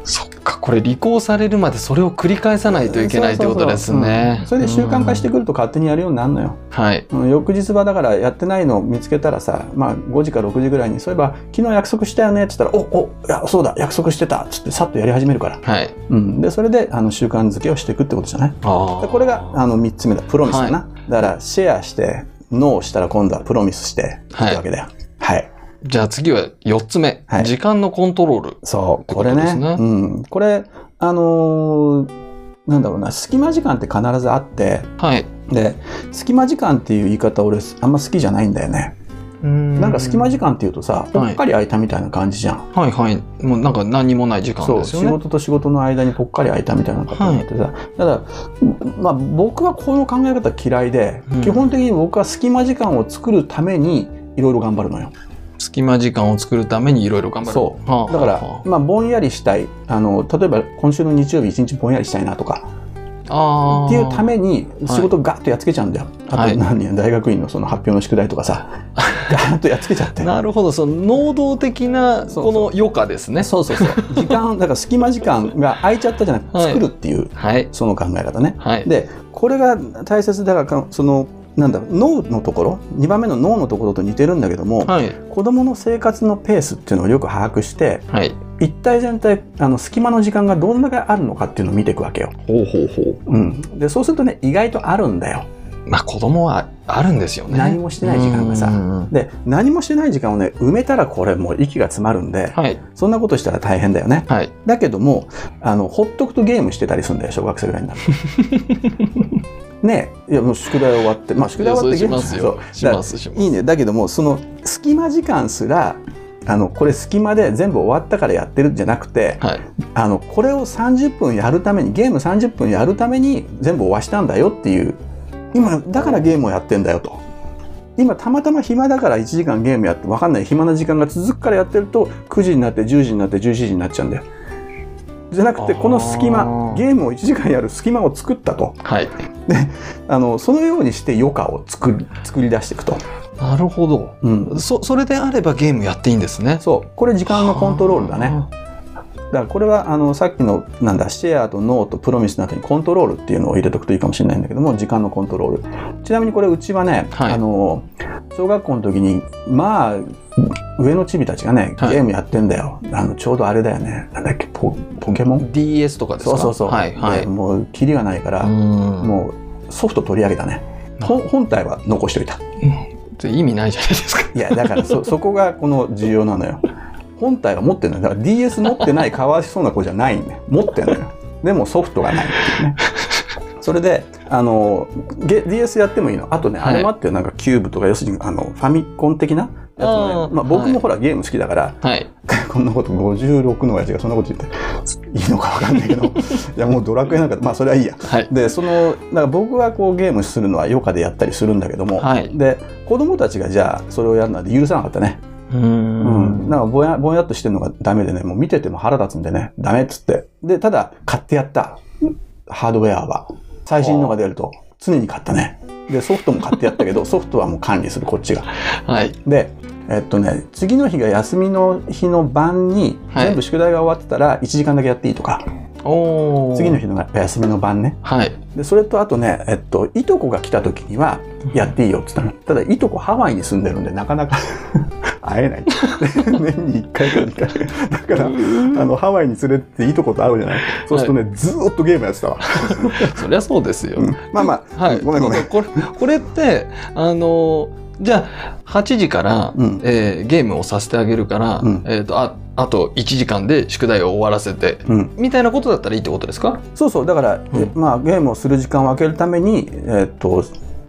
Speaker 1: そっかこれ履行されるまでそれを繰り返さないといけないってことですね
Speaker 2: そうそうそううんそれで習慣化して
Speaker 1: うん
Speaker 2: くると勝手にやるようになるのよ。
Speaker 1: はい
Speaker 2: うん翌日はだからやってないのを見つけたらさ、まあ、5時か6時ぐらいにそういえば昨日約束したよねって言ったら「おおいやそうだ約束してた」っつってさっとやり始めるから、
Speaker 1: はい
Speaker 2: うん、でそれであの習慣づけをしていくってことじゃない
Speaker 1: あ
Speaker 2: でこれがあの3つ目だプロミスかな、だからシェアしてノーしたら今度はプロミスしてって
Speaker 1: はい
Speaker 2: わけだよはい、
Speaker 1: じゃあ次は4つ目、
Speaker 2: はい
Speaker 1: 時間のコントロール
Speaker 2: そう
Speaker 1: ってこ
Speaker 2: ことれね
Speaker 1: ですね
Speaker 2: うん、これあのーなんだろうな隙間時間って必ずあって
Speaker 1: はい
Speaker 2: で隙間時間っていう言い方俺あんま好きじゃないんだよねな
Speaker 1: なん
Speaker 2: か隙間時間っていうとさ、ぽ
Speaker 1: はい
Speaker 2: っかり空いたみたいな感じじゃん。
Speaker 1: はいはいもうなんか何にもない時間
Speaker 2: そ
Speaker 1: で
Speaker 2: う、
Speaker 1: すよ
Speaker 2: 仕
Speaker 1: ね
Speaker 2: 事と仕事の間にぽっかり空いたみたいな感じになってさ、ただまあ僕はこの考え方嫌いで、
Speaker 1: うん
Speaker 2: 基本的に僕は隙間時間を作るためにいろいろ頑張るのよ。
Speaker 1: 隙間時間を作るためにいろいろ頑張る
Speaker 2: そ
Speaker 1: はあ
Speaker 2: だから、
Speaker 1: は
Speaker 2: まあぼんやりしたい、あの例えば今週の日曜日一日ぼんやりしたいなとか
Speaker 1: ああー
Speaker 2: っていうために仕事をガッとやっつけちゃうんだよ。
Speaker 1: は
Speaker 2: あ
Speaker 1: い
Speaker 2: と何年大学院のその発表の宿題とかさ、ガーッとやっつけちゃっ て。
Speaker 1: なるほどその能動的な
Speaker 2: そう
Speaker 1: この余暇ですね
Speaker 2: そうそうそう時間だから隙間時間が空いちゃったじゃなくて
Speaker 1: はい
Speaker 2: 作るっていう
Speaker 1: はい
Speaker 2: その考え方ね。
Speaker 1: はい
Speaker 2: でこれが大切だからかそのなんだろう脳のところ2番目の脳のところと似てるんだけども、
Speaker 1: はい
Speaker 2: 子どもの生活のペースっていうのをよく把握して
Speaker 1: はい
Speaker 2: 一体全体あの隙間の時間がどんだけあるのかっていうのを見ていくわけよ。
Speaker 1: ほうほうほう
Speaker 2: うん、でそうするとね意外とあるんだよ。
Speaker 1: まあ子供はあるんですよね
Speaker 2: 何もしてない時間がさ
Speaker 1: うんうんうん
Speaker 2: で何もしてない時間をね埋めたらこれもう息が詰まるんで
Speaker 1: はい
Speaker 2: そんなことしたら大変だよね。
Speaker 1: はい
Speaker 2: だけどもあのほっとくとゲームしてたりするんだよ小学生ぐらいになると。 ねえいやもう宿題終わってまあ宿題終わって
Speaker 1: いやそれしますよし
Speaker 2: そうだ
Speaker 1: ま
Speaker 2: か
Speaker 1: すしま
Speaker 2: らいいねだけどもその隙間時間すらあのこれ隙間で全部終わったからやってるんじゃなくて
Speaker 1: すはい
Speaker 2: あのこれを30分やるためにゲーム30分やるために全部終わしたんだよっていう今だからゲームをやってんだよと。今たまたま暇だから1時間ゲームやって分かんない暇な時間が続くからやってると9時になって10時になって11時になっちゃうんだよ。じゃなくて
Speaker 1: あー
Speaker 2: この隙間ゲームを1時間やる隙間を作ったと
Speaker 1: はい
Speaker 2: あのそのようにして余暇を作り作り出していくと、
Speaker 1: なるほど
Speaker 2: うん、
Speaker 1: そそれであればゲームやっていいんですね
Speaker 2: そうこれ時間のコントロールだね。だからこれはあのさっきのなんだシェアとノーとプロミスの後にコントロールっていうのを入れておくといいかもしれないんだけども時間のコントロールちなみにこれうちはね、
Speaker 1: はい
Speaker 2: あの小学校の時にまあ上のチビたちがね
Speaker 1: はい
Speaker 2: ゲームやってんだよ、あのちょうどあれだよねなんだっけポポケモン
Speaker 1: DS とかです
Speaker 2: そ
Speaker 1: か
Speaker 2: うそうそう、
Speaker 1: はいは
Speaker 2: で
Speaker 1: い
Speaker 2: もうキリがないから、
Speaker 1: も
Speaker 2: もうソフト取り上げたねほん本体は残しといた
Speaker 1: う意味ないじゃないですか
Speaker 2: いやだか らそそこがこの重要なのよ本体は持ってないだから DS 持ってないかわいそうな子じゃないんだよ持ってんのよでもソフトがないっていうねそれであのゲ DS やってもいいのあとね、
Speaker 1: はい
Speaker 2: あれもあってよなんかキューブとか要するにあのファミコン的なやつ
Speaker 1: あ
Speaker 2: も
Speaker 1: ー
Speaker 2: ねまあ、僕もほら、ゲーム好きだから
Speaker 1: はい
Speaker 2: こんなこと56の親父がそんなこと言っていいのかわかんない けどいやもうドラクエなんかまあそれはいいや
Speaker 1: はい
Speaker 2: でそのだから僕はこうゲームするのは余暇でやったりするんだけども、
Speaker 1: はい
Speaker 2: で子供たちがじゃあそれをやるなんて許さなかったね、
Speaker 1: う
Speaker 2: うん、
Speaker 1: ん
Speaker 2: なんかぼやぼんやっとしてるのがダメでねもう見てても腹立つんでねダメっつってでただ買ってやったハードウェアは最新のが出ると常に買ったねでソフトも買ってやった けどソフトはもう管理するこっちが
Speaker 1: はい
Speaker 2: でえっとね次の日が休みの日の晩に
Speaker 1: はい
Speaker 2: 全部宿題が終わってたら1時間だけやっていいとか、
Speaker 1: おお
Speaker 2: 次の日の休みの晩ね
Speaker 1: はい
Speaker 2: でそれとあとね、えっと、いとこが来た時にはやっていいよって言ったのただいとこハワイに住んでるんでなかな か会 えない年に1回か2回だからあのハワイに連れてっていとこと会うじゃないそうするとね、ずーっとゲームやってたわ、
Speaker 1: そりゃそうですよ、
Speaker 2: うんまあまあ、
Speaker 1: はい、
Speaker 2: ごめんごめん
Speaker 1: これこれってあのじゃあ8時から、
Speaker 2: うん
Speaker 1: えーゲームをさせてあげるから、
Speaker 2: うん
Speaker 1: えー、とああと1時間で宿題を終わらせて
Speaker 2: うん、
Speaker 1: みたいなことだったらいいってことですか
Speaker 2: そうそうだから、
Speaker 1: うん
Speaker 2: えまあ、ゲームをする時間を空けるために、えっと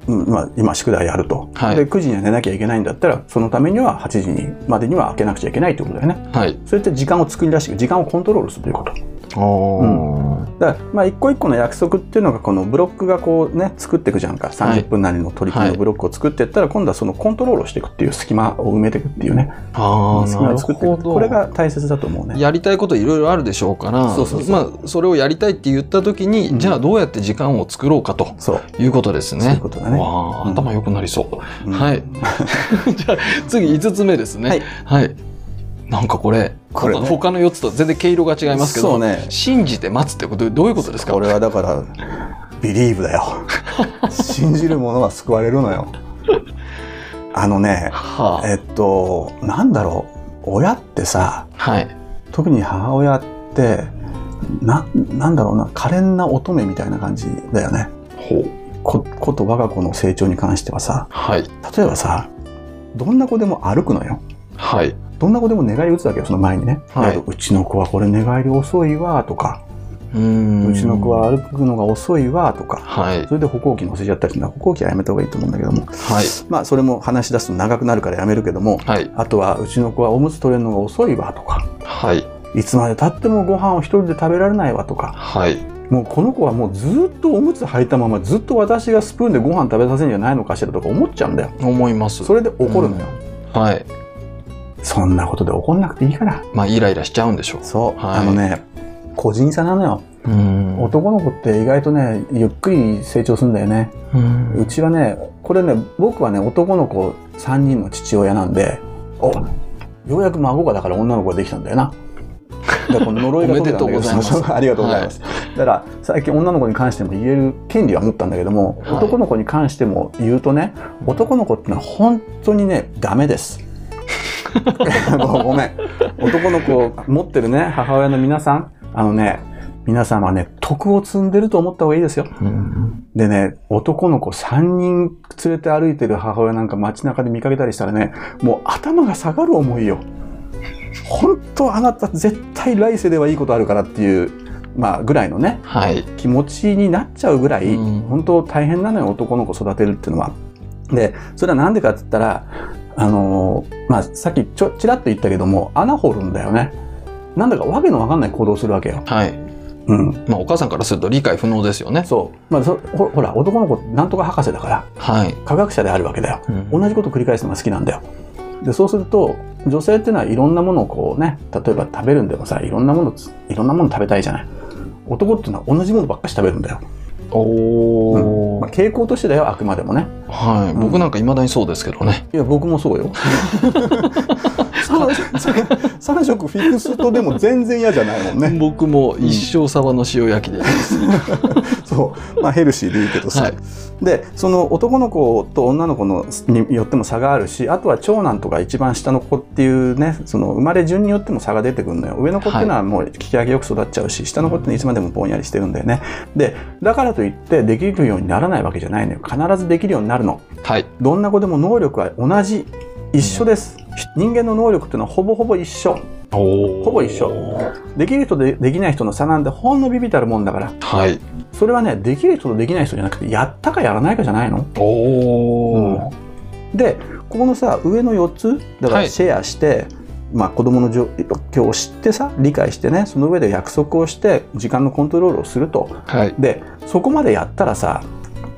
Speaker 2: うんまあ、今宿題やると、
Speaker 1: はい
Speaker 2: で9時には寝なきゃいけないんだったらそのためには8時にまでには開けなくちゃいけないってことだよね
Speaker 1: はい
Speaker 2: それって時間を作り出して時間をコントロールするということ
Speaker 3: あー
Speaker 2: だからまあ一個一個の約束っていうのがこのブロックがこうね作っていくじゃんか
Speaker 1: はい
Speaker 2: 30分なりの取り組みのブロックを作っていったら、今度はそのコントロールをしていくっていう隙間を埋めていくっていうね
Speaker 1: ああ
Speaker 2: 隙間
Speaker 1: なる
Speaker 2: を作ってい
Speaker 1: ほ
Speaker 2: く
Speaker 1: ど
Speaker 2: これが大切だと思うね。
Speaker 1: やりたいこといろいろあるでしょうから
Speaker 2: そうそうそ
Speaker 1: まあ、それをやりたいって言った時に、
Speaker 2: うん
Speaker 1: じゃあどうやって時間を作ろうかと
Speaker 2: そう
Speaker 1: いうことです
Speaker 2: そういう
Speaker 1: ね。
Speaker 2: ことだね。
Speaker 1: わあ
Speaker 2: うん
Speaker 1: 頭良くなりそう。
Speaker 2: うん
Speaker 1: はい。じゃあ次5つ目ですね。
Speaker 2: はい。
Speaker 1: なんかこれ
Speaker 2: これね
Speaker 1: 他の4つと全然毛色が違いますけど
Speaker 2: そうね
Speaker 1: 信じて待つってことどういうことですか
Speaker 2: これはだからビリーブ だよ信じる者は救われるのよあのね
Speaker 1: はあ
Speaker 2: えっとなんだろう親ってさ
Speaker 1: はい。
Speaker 2: 特に母親ってななんだろうな可憐な乙女みたいな感じだよね
Speaker 1: ほう。
Speaker 2: こ子と我が子の成長に関してはさ
Speaker 1: はい。
Speaker 2: 例えばさどんな子でも歩くのよ
Speaker 1: はい。
Speaker 2: どんな子でも願いを打つわけよその前にね、
Speaker 1: はい
Speaker 2: だけどうちの子はこれ願いで遅いわとか
Speaker 1: うーん
Speaker 2: うちの子は歩くのが遅いわとか
Speaker 1: はい。
Speaker 2: それで歩行器乗せちゃったりするのは歩行器はやめた方がいいと思うんだけども
Speaker 1: はい。
Speaker 2: まあそれも話し出すと長くなるからやめるけども
Speaker 1: はい。
Speaker 2: あとはうちの子はおむつ取れるのが遅いわとか
Speaker 1: はい。
Speaker 2: いつまでたってもご飯を一人で食べられないわとか
Speaker 1: はい。
Speaker 2: もうこの子はもうずっとおむつ履いたままずっと私がスプーンでご飯食べさせるんじゃないのかしらとか思っちゃうんだよ
Speaker 1: 思います。
Speaker 2: それで怒るのよ、
Speaker 1: はい。
Speaker 2: そんなことで怒んなくていいから
Speaker 1: まあイライラしちゃうんでしょう。
Speaker 2: そう、
Speaker 1: はい
Speaker 2: あのね個人差なのよ、
Speaker 1: うーんう
Speaker 2: 男の子って意外とねゆっくり成長するんだよね
Speaker 1: ーん
Speaker 2: うちはねこれね僕はね男の子3人の父親なんでおようやく孫がだから女の子ができたんだよなだからこの呪いが解けたんだけ ど
Speaker 1: おめでとうございます
Speaker 2: ありがとうございます、だから最近女の子に関しても言える権利は持ったんだけども、
Speaker 1: はい
Speaker 2: 男の子に関しても言うとね男の子ってのは本当にねダメです ごごめん男の子を持ってるね母親の皆さんあのね皆さんはね徳を積んでると思った方がいいですよ
Speaker 1: うん
Speaker 2: でね、男の子3人連れて歩いてる母親なんか街中で見かけたりしたらね、もう頭が下がる思いよ。本当あなた絶対来世ではいいことあるからっていう、まあぐらいのね、
Speaker 1: はい。
Speaker 2: 気持ちになっちゃうぐらい、
Speaker 1: うん
Speaker 2: 本当大変なのよ、男の子育てるっていうのは。で、それはなんでかって言ったら、あのーまあさっきちょ、ちらっと言ったけども、穴掘るんだよね。なんだかわけのわかんない行動するわけよ。
Speaker 1: はい。
Speaker 2: うん。
Speaker 1: まあお母さんからすると理解不能ですよね。
Speaker 2: そう。まあそほほら、男の子なんとか博士だから。
Speaker 1: はい。
Speaker 2: 科学者であるわけだよ
Speaker 1: うん
Speaker 2: 同じことを繰り返すのが好きなんだよでそうすると女性っていうのはいろんなものをこうね例えば食べるんでもさいろんなものついろんなもの食べたいじゃない男っていうのは同じものばっかし食べるんだよ、
Speaker 1: おお
Speaker 2: まあ、。傾向としてだよあくまでもね
Speaker 1: はい。
Speaker 2: うん
Speaker 1: 僕なんか未だにそうですけどね。
Speaker 2: いや僕もそうよ3食フィクスとでも全然嫌じゃないもんね
Speaker 1: 僕も一生サバの塩焼きでいいです。
Speaker 2: そうまあヘルシーでいいけどさ、
Speaker 1: はい
Speaker 2: でその男の子と女の子のによっても差があるしあとは長男とか一番下の子っていうねその生まれ順によっても差が出てくるのよ上の子っていうのはもう引き上げよく育っちゃうし、下の子っていうのはいつまでもぼんやりしてるんだよねでだからといってできるようにならないわけじゃないのよ必ずできるようになるの
Speaker 1: はい。
Speaker 2: どんな子でも能力は同じ一緒です、人間の能力っていうのはほぼほぼ一緒
Speaker 1: お
Speaker 2: ほぼ一緒できる人でできない人の差なんてほんのビビたるもんだから
Speaker 1: はい。
Speaker 2: それはねできる人とできない人じゃなくてやったかやらないかじゃないの
Speaker 1: おお。
Speaker 2: でここのさ上の4つだか
Speaker 1: は
Speaker 2: ら
Speaker 1: い
Speaker 2: シェアして、まあ、子どもの状況を知ってさ理解してねその上で約束をして時間のコントロールをすると
Speaker 1: はい。
Speaker 2: でそこまでやったらさ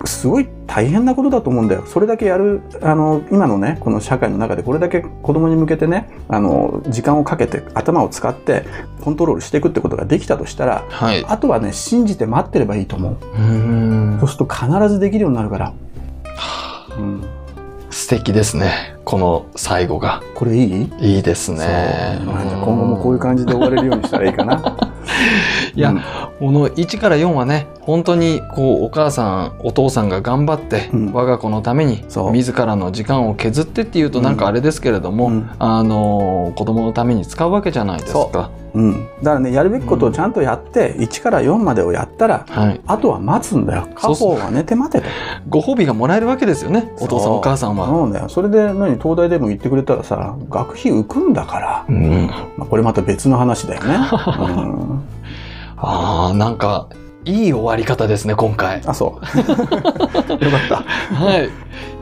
Speaker 2: すごい大変なことだと思うんだよそれだけやるあの今のねこの社会の中でこれだけ子供に向けてねあの時間をかけて頭を使ってコントロールしていくってことができたとしたら
Speaker 1: はい。う
Speaker 2: あとはね信じて待ってればいいと思う
Speaker 1: ーん
Speaker 2: そうすると必ずできるようになるから、うん、
Speaker 1: 素敵ですね。この最後が
Speaker 2: これいい
Speaker 1: いいですね。
Speaker 2: そうまあ今後もこういう感じで終われるようにしたらいいかな。
Speaker 1: いや
Speaker 2: うん
Speaker 1: この1から4はね本当にこうお母さんお父さんが頑張って、
Speaker 2: うん
Speaker 1: 我が子のために
Speaker 2: そう
Speaker 1: 自らの時間を削ってっていうとなんかあれですけれども、
Speaker 2: うん
Speaker 1: あのー子供のために使うわけじゃないですか。
Speaker 2: うん、だからねやるべきことをちゃんとやって、1から4までをやったら
Speaker 1: はい、
Speaker 2: あとは待つんだよ
Speaker 1: そ
Speaker 2: 家
Speaker 1: うそう
Speaker 2: 宝は寝て待てと
Speaker 1: ご褒美がもらえるわけですよねお父さ
Speaker 2: そ
Speaker 1: ん
Speaker 2: う
Speaker 1: お母さんは。
Speaker 2: そうだよそれで何東大でも言ってくれたらさ学費浮くんだから、
Speaker 1: うん、
Speaker 2: まあ、これまた別の話だよね、うん、
Speaker 1: あーなんかいい終わり方ですね今回。
Speaker 2: あそうよかった
Speaker 1: はい、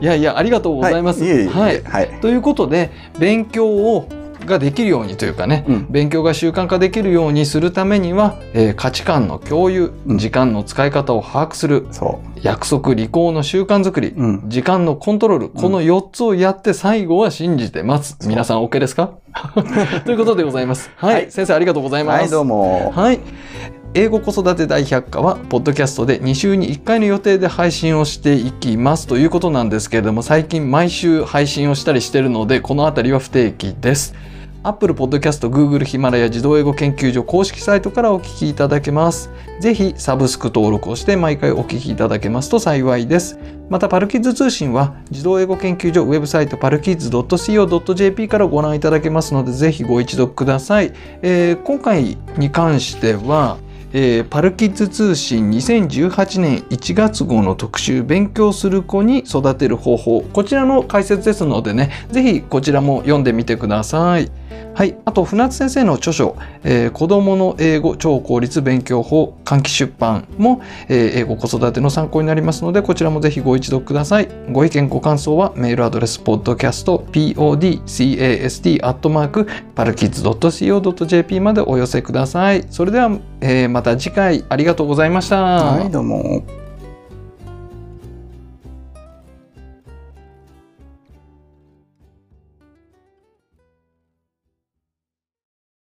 Speaker 1: いやいやありがとうございます。
Speaker 2: はい、えええはい、
Speaker 1: ということで勉強をができるようにというかね、
Speaker 2: うん
Speaker 1: 勉強が習慣化できるようにするためには、えー価値観の共有
Speaker 2: うん
Speaker 1: 時間の使い方を把握する
Speaker 2: そ
Speaker 1: 約束履行の習慣づくり、
Speaker 2: う。うん。
Speaker 1: 時間のコントロール、この4つをやって最後は信じてます。
Speaker 2: そう
Speaker 1: 皆さん OK です かということでございます。はい、
Speaker 2: はい
Speaker 1: 先生ありがとうございます。
Speaker 2: はい、どうも。
Speaker 1: はい。英語子育て大百科は、ポッドキャストで2週に1回の予定で配信をしていきますということなんですけれども、最近毎週配信をしたりしてるので、このあたりは不定期です。Apple Podcast、Google ヒマラヤ児童英語研究所公式サイトからお聞きいただけます。ぜひサブスク登録をして毎回お聞きいただけますと幸いです。またパルキッズ通信は児童英語研究所ウェブサイトパルキッズ .co.jp からご覧いただけますのでぜひご一読ください。えー今回に関しては、えーパルキッズ通信2018年1月号の特集勉強する子に育てる方法こちらの解説ですのでねぜひこちらも読んでみてください。はい、あと船津先生の著書「えー子どもの英語超効率勉強法」換気出版も、えー英語子育ての参考になりますのでこちらもぜひご一読くださいご意見ご感想はメールアドレス podcastpodcast.parkids.co.jp までお寄せくださいそれでは、えーまた次回ありがとうございました、
Speaker 2: はい、どうも。